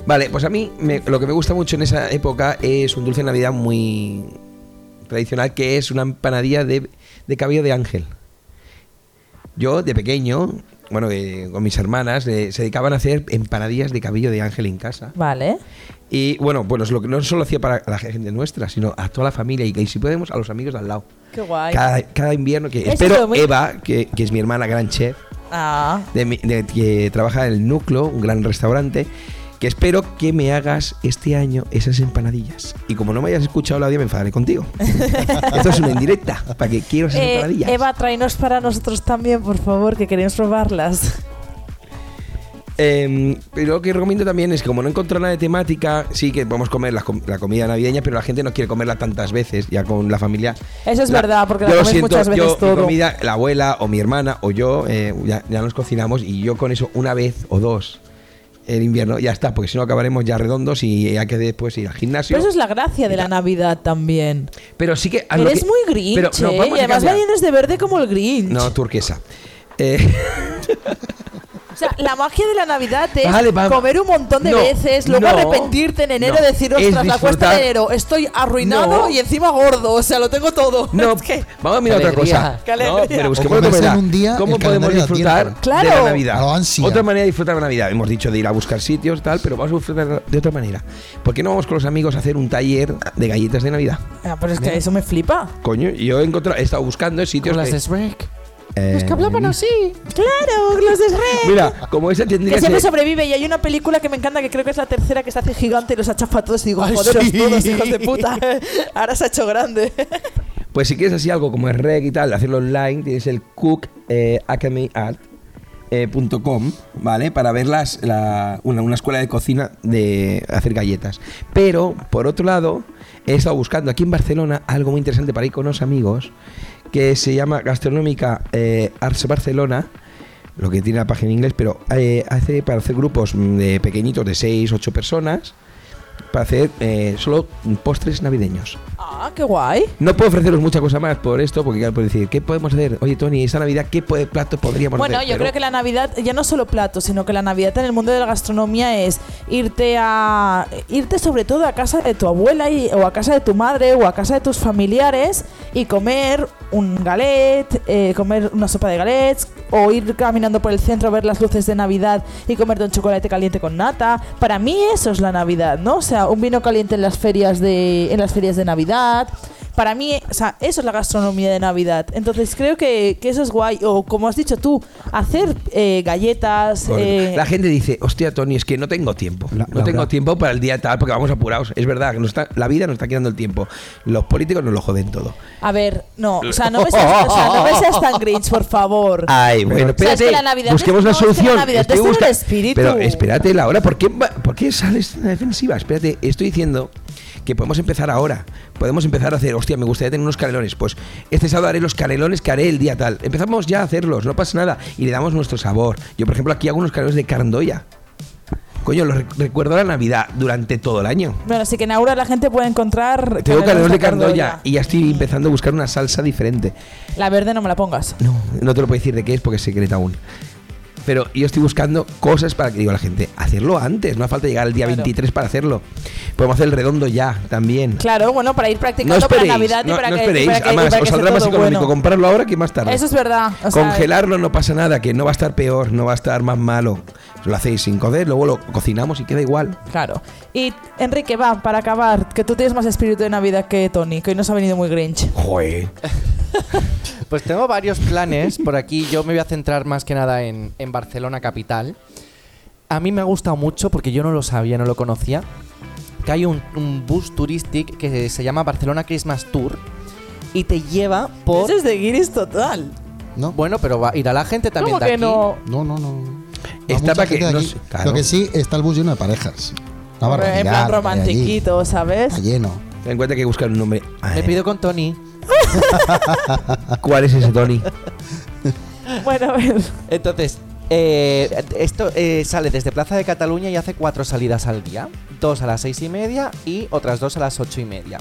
Vale, pues a mí me- lo que me gusta mucho en esa época es un dulce de Navidad muy tradicional, que es una empanadilla de, de cabello de ángel. Yo, de pequeño, bueno, eh, con mis hermanas, eh, se dedicaban a hacer empanadillas de cabello de ángel en casa.
Vale.
Y bueno, bueno, es lo que no solo hacía para la gente nuestra, sino a toda la familia y, que si podemos, a los amigos de al lado.
Qué guay.
Cada, cada invierno que...
Eso
espero
es muy-
Eva, que, que es mi hermana gran chef,
Ah.
de mi- de- que trabaja en el núcleo, un gran restaurante, que espero que me hagas este año esas empanadillas. Y como no me hayas escuchado el audio, me enfadaré contigo. Esto es una indirecta, para que quiero esas
Eh,
empanadillas.
Eva, tráenos para nosotros también, por favor, que queremos probarlas.
Eh, pero lo que recomiendo también es que como no encontró nada de temática, sí que podemos comer la, com- la comida navideña, pero la gente no quiere comerla tantas veces, ya con la familia.
Eso es
La-
verdad, porque la
yo lo
coméis
siento,
muchas veces
yo, mi
todo.
comida, la abuela o mi hermana o yo, eh, ya, ya nos cocinamos y yo con eso una vez o dos el invierno ya está, porque si no acabaremos ya redondos y hay que después ir al gimnasio.
Pero eso es la gracia de la Navidad también.
Pero sí que... a Ah, lo
Eres
que-
muy grinch,
pero no,
¿eh?
vamos
Y
a
además
cambiar.
vienes de verde como el grinch.
No, turquesa. Eh,
O sea, la magia de la Navidad es
Ah, Vale, va-
comer un montón de
No,
veces, luego
no,
arrepentirte en enero
no.
y decir,
Es
ostras, la cuesta
disfrutar-
de enero, estoy arruinado
No.
y encima gordo, o sea, lo tengo todo.
No,
Es que-
vamos a mirar otra
Alegría.
cosa.
Qué
No,
alegría.
pero
O
busquemos otra
comerse en
manera.
un día
¿Cómo
el
podemos
calendario a
disfrutar
tiempo.
Claro.
de la Navidad?
A lo ansia.
Otra manera de disfrutar de la Navidad. Hemos dicho de ir a buscar sitios, tal, pero vamos a disfrutar de otra manera. ¿Por qué no vamos con los amigos a hacer un taller de galletas de Navidad?
Ah, pero es que eso me flipa.
Coño, yo he, encontrado, he estado buscando sitios
Con las
que-
de Shrek.
eh,
Los que hablaban así.
Claro, los de Shrek.
Mira, como esa tendría
Que
que
siempre
ser...
sobrevive y hay una película que me encanta que creo que es la tercera que se hace gigante y los achafa a todos y digo,
Ay,
joderos
sí.
todos, hijos de puta. Ahora se ha hecho grande.
Pues si quieres así algo como el reg y tal, hacerlo online, tienes el cookacademyart.com, ¿vale? Para ver las, la- una, una escuela de cocina de hacer galletas. Pero, por otro lado, he estado buscando aquí en Barcelona algo muy interesante para ir con unos amigos, que se llama Gastronómica eh, Arts Barcelona, lo que tiene la página en inglés, pero eh, hace para hacer grupos mm, de pequeñitos de 6, 8 personas, para hacer eh, solo postres navideños.
Ah, qué guay.
No puedo ofreceros mucha cosa más por esto, porque claro, puedo decir, ¿qué podemos hacer? Oye, Tony, esta Navidad, ¿qué puede, plato podríamos
Bueno,
hacer?
yo creo que la Navidad, ya no solo platos, sino que la Navidad en el mundo de la gastronomía es irte a irte sobre todo a casa de tu abuela y- o a casa de tu madre o a casa de tus familiares y comer un galet, eh, comer una sopa de galets o ir caminando por el centro a ver las luces de Navidad y comerte un chocolate caliente con nata. Para mí eso es la Navidad, ¿no? O sea, un vino caliente en las ferias de en las ferias de Navidad. Para mí, o sea, eso es la gastronomía de Navidad. Entonces creo que, que eso es guay. O como has dicho tú, hacer eh, galletas.
Correcto.
eh,
La gente dice, hostia, Tony, es que no tengo tiempo.
La-
no
Laura.
tengo tiempo para el día tal, porque vamos apurados. Es verdad, que nos está, la vida nos está quitando el tiempo. Los políticos nos lo joden todo.
A ver, no, o sea, no me seas, o sea, no me seas tan grinch, por favor.
Ay, Eh, bueno,
O sea,
espérate.
es que la Navidad
busquemos
es-
la
no, es que la
solución.
Navidad
Estoy
es tener
busca-
espíritu.
Pero espérate, Laura, ¿por qué, va- ¿por qué sales a la defensiva? Espérate, estoy diciendo que podemos empezar ahora. Podemos empezar a hacer, hostia, me gustaría tener unos canelones. Pues este sábado haré los canelones que haré el día tal. Empezamos ya a hacerlos, no pasa nada. Y le damos nuestro sabor. Yo, por ejemplo, aquí hago unos canelones de carandoya. Coño, los rec- recuerdo la Navidad durante todo el año.
Bueno, así que en Aura la gente puede encontrar.
Tengo canelones de carandoya
cardolla.
y ya estoy empezando a buscar una salsa diferente.
La verde no me la pongas.
No, no te lo puedo decir de qué es porque es secreta aún. Pero yo estoy buscando cosas para que digo a la gente, hacerlo antes, no hace falta llegar al día
Claro.
23 para hacerlo. Podemos hacer el redondo ya también.
Claro, bueno, para ir
No
practicando para
esperéis,
Navidad y
no,
para
no
que. y
esperéis.
para que- y
Además,
para que
os
esté
saldrá más
todo
económico
bueno.
comprarlo ahora que más tarde.
Eso es verdad. o sea,
Congelarlo no pasa nada, que no va a estar peor, no va a estar más malo. Lo hacéis sin coder, luego lo cocinamos y queda igual.
Claro. Y Enrique, va, para acabar, que tú tienes más espíritu de Navidad que Tony, que hoy nos ha venido muy Grinch.
Joder.
Pues tengo varios planes por aquí. Yo me voy a centrar más que nada en, en Barcelona capital. A mí me ha gustado mucho porque yo no lo sabía, no lo conocía. Que hay un, un bus turístico que se llama Barcelona Christmas Tour y te lleva por.
Eso es de Guiris total.
No,
Bueno, pero va, irá la gente también
¿Cómo
de
que
aquí.
no?
no, no. no. Va
Está
mucha
para que
gente de
no
aquí.
se- claro.
Lo que sí, está el bus lleno de parejas. Una
Hombre, en
barbaridad,
plan
hay allí.
romantiquito, ¿sabes?
Está lleno.
Ten en cuenta que hay que buscar un nombre.
Me pido con Tony.
¿Cuál es ese Tony?
Bueno, a ver.
Entonces, eh, esto eh, sale desde Plaza de Cataluña y hace cuatro salidas al día. Dos a las seis y media y otras dos a las ocho y media.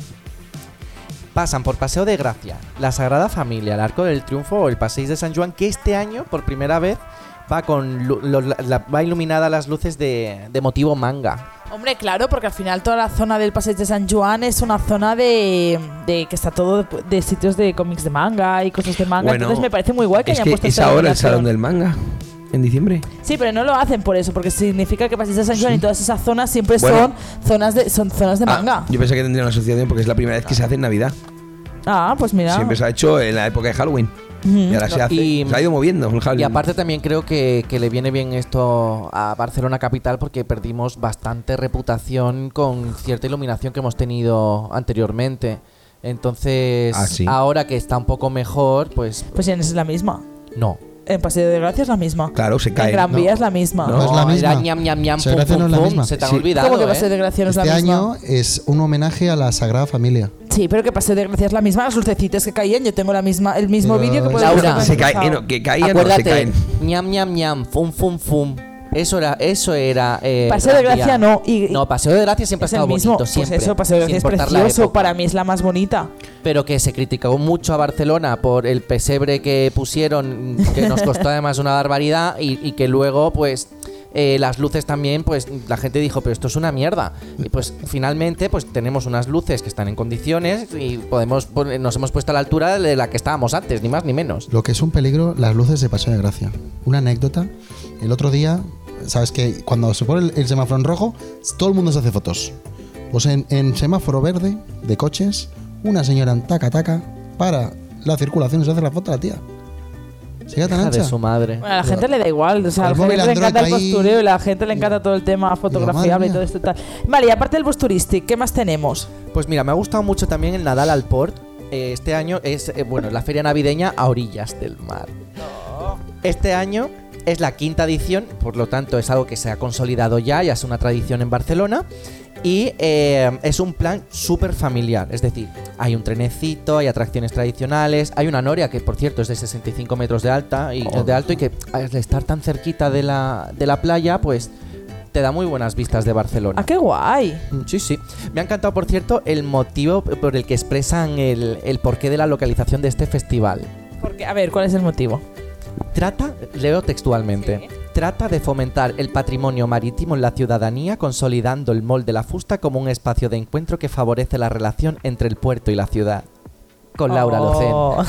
Pasan por Paseo de Gracia, la Sagrada Familia, el Arco del Triunfo o el Paseo de San Juan, que este año, por primera vez, va, con lu- lo- la- la- va iluminada las luces de, de motivo manga.
Hombre, claro, porque al final toda la zona del Paseo de San Juan es una zona de, de que está todo de, de sitios de cómics de manga y cosas de manga.
Bueno,
entonces me parece muy guay que
es
hayan
que
puesto
es
esta
ahora el
decoración.
salón del manga, en diciembre.
Sí, pero no lo hacen por eso, porque significa que Paseo de San Juan y todas esas zonas siempre
Bueno.
son zonas de son zonas de
Ah,
manga.
yo pensé que tendría una asociación porque es la primera vez que se hace en Navidad.
Ah, pues mira. Mm.
Siempre se ha hecho en la época de Halloween.
Ujú.
Y ahora se
No,
hace.
y-
se ha ido moviendo el Halloween.
Y aparte también creo que, que le viene bien esto a Barcelona Capital porque perdimos bastante reputación con cierta iluminación que hemos tenido anteriormente. Entonces,
Ah, sí.
ahora que está un poco mejor, pues
Pues en es la misma.
no.
En Paseo de Gracia es la misma.
Claro, se
en
cae.
Gran
¿no?
Vía es la misma.
No, es la
era
misma.
ñam, ñam, ñam,
Se
pum,
gracia
pum,
no es la
pum,
misma.
Se te han
Sí.
olvidado.
¿Cómo que
¿eh?
Paseo de Gracia no es
Este
la misma?
año es un homenaje a la Sagrada Familia.
Sí, pero que Paseo de Gracia es la misma. Las lucecitas que caían, yo tengo la misma, el mismo
Pero-
vídeo que puedes
Laura,
ver.
Se cae, eh, no, que caían, no, se
Acuérdate,
caen.
ñam, ñam, ñam, fum, fum, fum. Eso era, eso era. eh,
Paseo de
Gran Vía.
Gracia no, y-
no, Paseo de Gracia siempre
Es
ha
el
estado
mismo.
bonito,
Pues
siempre.
eso, Paseo de
sin
Gracia es
importar la
precioso.
época.
Para mí es la más bonita.
Pero que se criticó mucho a Barcelona por el pesebre que pusieron, que nos costó además una barbaridad, y, y que luego, pues. eh, las luces también, pues la gente dijo, pero esto es una mierda. Y pues finalmente, pues tenemos unas luces que están en condiciones y podemos pon- nos hemos puesto a la altura de la que estábamos antes, ni más ni menos.
Lo que es un peligro, las luces de Paseo de Gracia. Una anécdota. El otro día, sabes que cuando se pone el, el semáforo en rojo, todo el mundo se hace fotos. Pues en, en semáforo verde de coches, una señora en taca taca para la circulación y se hace la foto a la tía. Se queda tan
Hija
ancha.
de su madre.
Bueno, a la gente le da igual, o sea, a la
Al móvil
gente le encanta el
Android ahí.
postureo y a la gente le encanta todo el tema fotografiable y
mía.
todo esto y tal. Vale, y aparte del posturistic, ¿qué más tenemos?
Pues mira, me ha gustado mucho también el Nadal al Port. Eh, este año es, eh, bueno, la feria navideña a orillas del mar. Este año es la quinta edición, por lo tanto es algo que se ha consolidado ya, ya es una tradición en Barcelona. Y eh, es un plan súper familiar, es decir, hay un trenecito, hay atracciones tradicionales, hay una noria que por cierto es de 65 metros de, alta y, de alto y que al estar tan cerquita de la, de la playa pues te da muy buenas vistas de Barcelona.
Ah, qué guay.
Mm, Sí, sí. Me ha encantado, por cierto, el motivo por el que expresan el, el porqué de la localización de este festival.
Porque, a ver, ¿cuál es el motivo?
Trata, leo textualmente, trata de fomentar el patrimonio marítimo en la ciudadanía, consolidando el Mol de la Fusta como un espacio de encuentro que favorece la relación entre el puerto y la ciudad. Con Laura Locen.
Oh.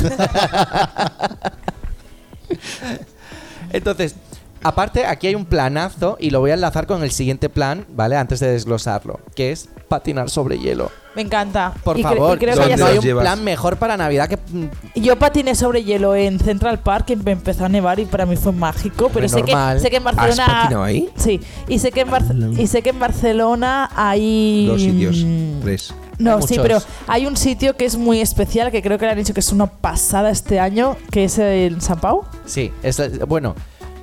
Entonces, aparte, aquí hay un planazo y lo voy a enlazar con el siguiente plan, ¿vale? Antes de desglosarlo, que es patinar sobre hielo.
Me encanta.
Por
Y cre-
favor,
y creo que
¿Dónde
ya
no
sé-
hay
los
un
llevas?
plan mejor para Navidad que mm,
Yo patiné sobre hielo en Central Park, que me empezó a nevar y para mí fue mágico, pero
Hombre,
sé que,
normal.
sé que en
¿Has patinado
Barcelona...
ahí?
Sí, y sé que en, Barce- y sé que en Barcelona hay...
Dos sitios,
mm,
tres.
No,
Hay
sí,
muchos.
pero hay un sitio que es muy especial, que creo que le han dicho que es una pasada este año, que es en San Pau.
Sí, es, bueno,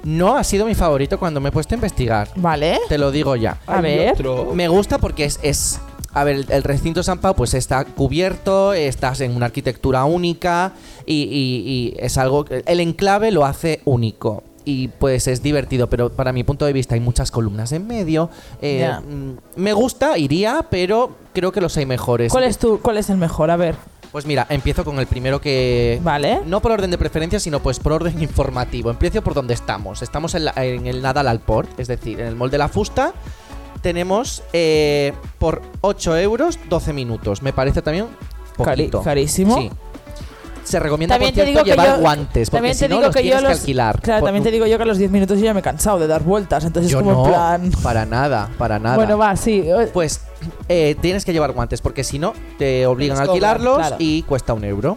no ha sido mi favorito cuando me he puesto a investigar.
Vale.
Te lo digo ya.
A ver.
Me gusta porque es. es a ver, el, el recinto San Pau pues está cubierto, estás en una arquitectura única y, y- y es algo que el enclave lo hace único y pues es divertido, pero para mi punto de vista hay muchas columnas en medio. Eh,
Ya.
mm, Me gusta, iría, pero creo que los hay mejores.
¿Cuál es, tu, ¿Cuál es el mejor? A ver.
Pues mira, empiezo con el primero que...
Vale.
No por orden de preferencia, sino pues por orden informativo. Empiezo por donde estamos. Estamos en, la- en el Nadal al Port, es decir, en el molde de la fusta. Tenemos eh, por 8 euros 12 minutos. Me parece también
Cari-
poquito.
carísimo.
Sí. Se recomienda,
También
por
te digo
cierto,
que
llevar
yo-
guantes, porque
también
si
te
no
digo
los
que yo
tienes
los-
que alquilar.
Claro,
Por-
también te digo yo que a los 10 minutos yo ya me he cansado de dar vueltas, entonces
Yo
es como
no,
en plan...
para nada, para nada.
Bueno, va, sí. eh,
Pues eh, tienes que llevar guantes, porque si no, te obligan a
Les cobran,
alquilarlos
claro.
y cuesta un euro.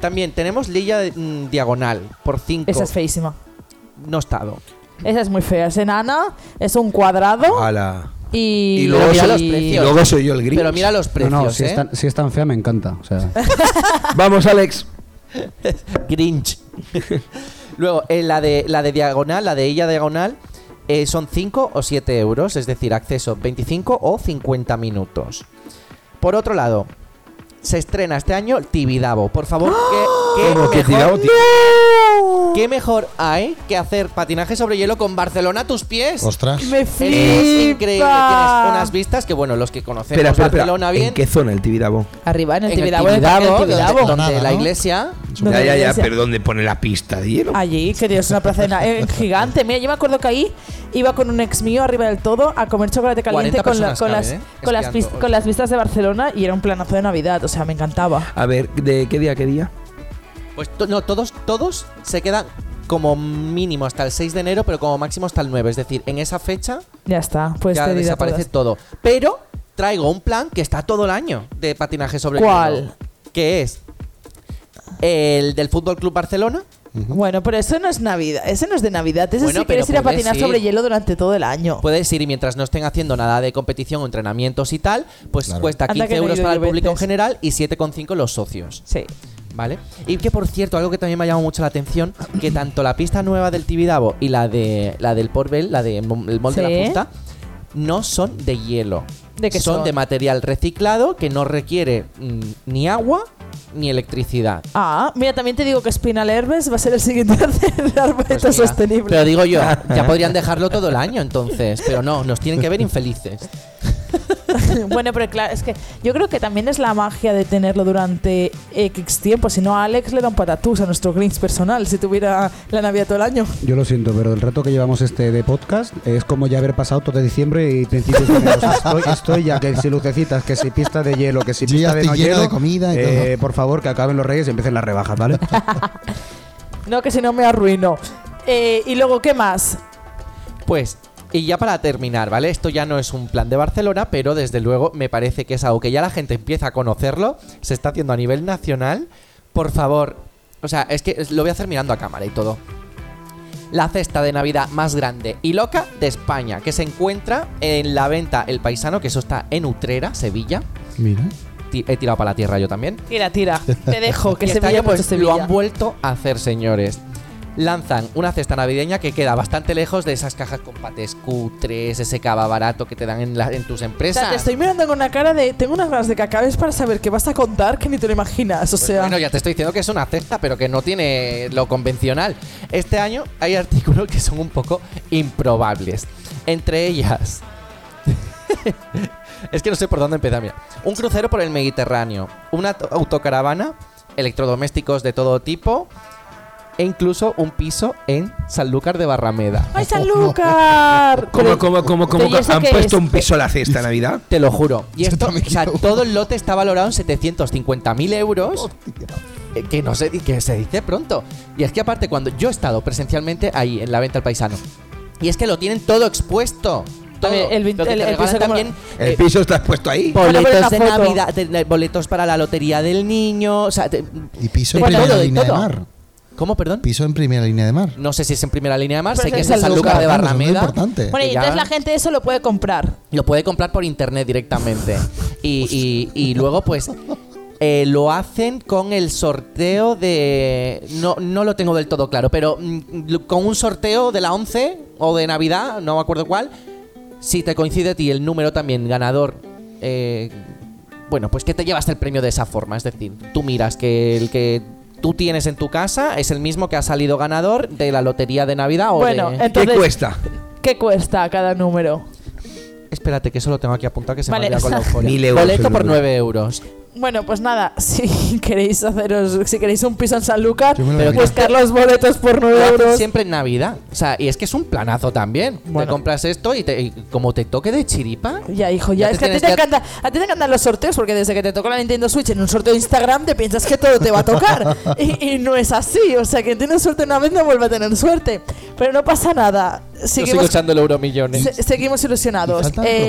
También tenemos Lilla mm, Diagonal por 5.
Esa es feísima.
No estado.
Esa es muy fea. Es enana, es un cuadrado
Ala.
Oh. y...
Y luego,
mira
soy,
los
y
precios.
luego soy yo el gris.
Pero mira los precios,
no, no, si,
¿eh?
es tan, si es tan fea me encanta. O sea,
Vamos, Alex.
Grinch. Luego, eh, la, de, la de Diagonal, la de ella Diagonal, eh, son 5 o 7 euros, es decir, acceso 25 o 50 minutos. Por otro lado, se estrena este año Tibidabo. Por favor, ¿qué, qué
Como que
mejor-
tirado, ¡Ah! tío.
¿Qué mejor hay que hacer patinaje sobre hielo con Barcelona a tus pies?
Ostras.
Me
Es
flipa.
increíble, tienes unas vistas que bueno, los que conocemos
Espera, espera, espera.
Barcelona bien,
¿En qué zona el Tibidabo?
Arriba en el
en el
Tibidabo. en el parque del
Tibidabo,
Tibidabo.
donde, donde
Nada,
la
¿no?
iglesia,
Ya,
Donde
ya, ya,
dice-
pero ¿dónde pone la pista de hielo?
eh, Allí, que Dios, una plaza ena- eh, gigante. Mira, yo me acuerdo que ahí iba con un ex mío arriba del todo a comer chocolate caliente
40
con, la-
personas
con
caben,
las,
¿eh?
con, las
Esquiando,
vis-
oye.
con las vistas de Barcelona y era un planazo de Navidad. O sea, me encantaba.
A ver, ¿de qué día, qué día?
pues to- no, todos, todos se quedan como mínimo hasta el 6 de enero, pero como máximo hasta el 9. Es decir, en esa fecha
Ya está, pues
ya
te diré
desaparece
todas.
todo. Pero traigo un plan que está todo el año de patinaje sobre
¿Cuál?
hielo. Que es el del Fútbol Club Barcelona.
Bueno, pero eso no es Navidad. Ese no es de Navidad. Ese
Bueno,
sí quieres
pero
ir a
puedes
patinar
ir.
sobre hielo durante todo el año.
Puedes ir y mientras no estén haciendo nada de competición o entrenamientos y tal, pues
Claro.
cuesta
Anda
15
que no he
euros
ido
para el
yo
público en
veces.
general y 7,5 los socios.
Sí.
¿Vale? Y que por cierto, algo que también me ha llamado mucho la atención, que tanto la pista nueva del Tibidabo y la de la del Port Bell, la de Mo- el molde de
Sí.
la fusta, no son de hielo.
¿De qué
son,
son?
de material reciclado que no requiere mm, ni agua ni electricidad.
Ah, mira, también te digo que Spinal Herbes va a ser el siguiente a hacer
Pues
arbolito
mira,
sostenible.
Pero digo yo, ya podrían dejarlo todo el año entonces, pero no, nos tienen que ver infelices.
bueno, pero claro, es que yo creo que también es la magia de tenerlo durante X tiempo. Si no, a Alex le da un patatús a nuestro Grinch personal si tuviera la Navidad todo el año.
Yo lo siento, pero el rato que llevamos este de podcast es como ya haber pasado todo diciembre y principios de enero. O sea, Estoy, estoy ya que si lucecitas, que si pista de hielo, que si
Yo ya
pista de no
estoy lleno
hielo.
de comida y
eh, por favor, que acaben los reyes y empiecen las rebajas, ¿vale?
No, que si no me arruino. Eh, y luego, ¿qué más?
Pues, y ya para terminar, ¿vale? Esto ya no es un plan de Barcelona, pero desde luego me parece que es algo que ya la gente empieza a conocerlo, se está haciendo a nivel nacional. Por favor, o sea, es que es- lo voy a hacer mirando a cámara y todo. La cesta de Navidad más grande y loca de España, que se encuentra en la venta El Paisano, que eso está en Utrera, Sevilla.
Mira.
Ti- He tirado para la tierra yo también.
Tira, tira. Te dejo, que
Y
se
este
vaya
año, pues,
mucho
lo
Sevilla.
han vuelto a hacer, señores. Lanzan una cesta navideña que queda bastante lejos de esas cajas con pates cutres, ese cava barato que te dan en, la- en tus
O sea,
empresas.
te estoy mirando con una cara de. Tengo unas ganas de que acabes para saber qué vas a contar que ni te lo imaginas. O
Pues
sea.
bueno, ya te estoy diciendo que es una cesta, pero que no tiene lo convencional. Este año hay artículos que son un poco improbables. Entre ellas. es que no sé por dónde empezar. Mira, un crucero por el Mediterráneo, una auto- autocaravana, electrodomésticos de todo tipo e incluso un piso en Sanlúcar de Barrameda.
¡Ay, Sanlúcar!
¿Cómo, cómo, cómo, cómo
Pero ¿y eso
han
qué
puesto
es?
un piso a la cesta Navidad?
Te lo juro. Y
Yo
esto,
también
o sea,
quiero uno.
todo el lote está valorado en 750.000 euros. Eh, que no se, que se dice pronto. Y es que aparte, cuando yo he estado presencialmente ahí en la venta al paisano, y es que lo tienen todo expuesto. Todo.
A ver, el vin-
Lo que
el-
te
el
regalan
piso como-
también
El
eh, pues,
piso está puesto ahí.
Van a ver
boletos de
una foto.
Navidad, de- de- boletos para la lotería del niño. O sea, te-
Y piso en
Bueno,
primera
todo,
línea
todo.
de mar.
¿cómo, perdón?
Piso en primera línea de mar.
No sé si es en primera línea de mar,
Pero
sé que es
es
en
en
San
Sanlúcar,
Lucas de
Vamos, es muy
Barrameda.
importante.
Bueno, y
que ya-
entonces la gente eso lo puede comprar.
Lo puede comprar por internet directamente. Y, y- y luego, pues, eh, lo hacen con el sorteo de. No, no lo tengo del todo claro, pero mm, lo- con un sorteo de la 11 o de Navidad, no me acuerdo cuál. Si te coincide a ti el número también ganador. eh, bueno, pues que te llevas el premio de esa forma. Es decir, tú miras que el que. Tú tienes en tu casa es el mismo que ha salido ganador de la lotería de Navidad o
Bueno,
de-
eh, entonces-
¿Qué cuesta?
¿Qué cuesta cada número?
Espérate, que eso lo tengo aquí apuntado que se
Vale,
me olvida con la
o sea,
euforia.
Mil euros
Boleto
el
por
número.
9 euros.
Bueno, pues nada, si queréis haceros, si queréis un piso en Sanlúcar, pues
Yo me lo imagino.
buscar los boletos por 9
Lo hacen
euros.
siempre en Navidad. O sea, y es que es un planazo también. Te compras esto y, te- y como te toque de chiripa.
Ya, hijo, ya,
Ya
es
te
que a ti te,
tienes que-
encanta, a ti te encantan los sorteos porque desde que te tocó la Nintendo Switch en un sorteo de Instagram te piensas que todo te va a tocar. y, y no es así, o sea, quien tiene suerte una vez no vuelve a tener suerte. Pero no pasa nada,
Yo sigo
seguimos,
echando el euro millones.
se- seguimos
Y
ilusionados.
faltan,
Eh,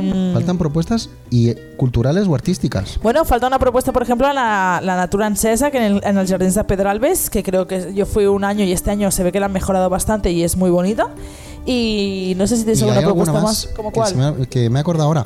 propuestas,
em,
¿eh? Faltan propuestas y eh, culturales o artísticas.
Bueno, falta una propuesta, por ejemplo, a la, la Natura Encesa, que en el, en el Jardín de Pedralbes, que creo que yo fui un año y este año se ve que la han mejorado bastante y es muy bonita. Y no sé si tienes
Y
alguna
hay alguna
propuesta más. ¿Cómo
que
cuál?
se me ha- Que me acuerdo ahora.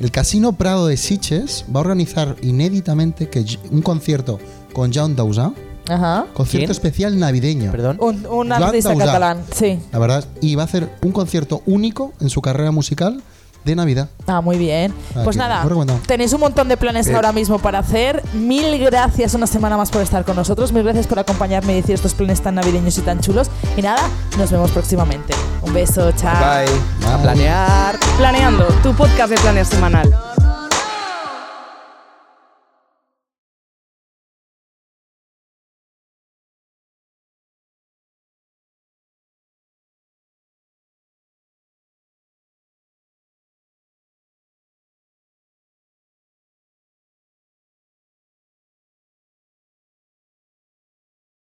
El Casino Prado de Siches va a organizar inéditamente que j- un concierto con John Dausá,
Ajá.
concierto
¿Quién?
especial navideño.
Perdón.
Un, un
Joan
artista
Dausà.
catalán, sí.
La verdad, y va a hacer un concierto único en su carrera musical de Navidad.
Ah, muy bien.
Ah,
Pues
qué
nada,
mejor recomendado.
tenéis un montón de planes ahora mismo para hacer. Mil gracias una semana más por estar con nosotros. Mil gracias por acompañarme y decir estos planes tan navideños y tan chulos. Y nada, nos vemos próximamente. Un beso, chao.
Bye.
A planear.
Planeando, tu podcast de planes semanal.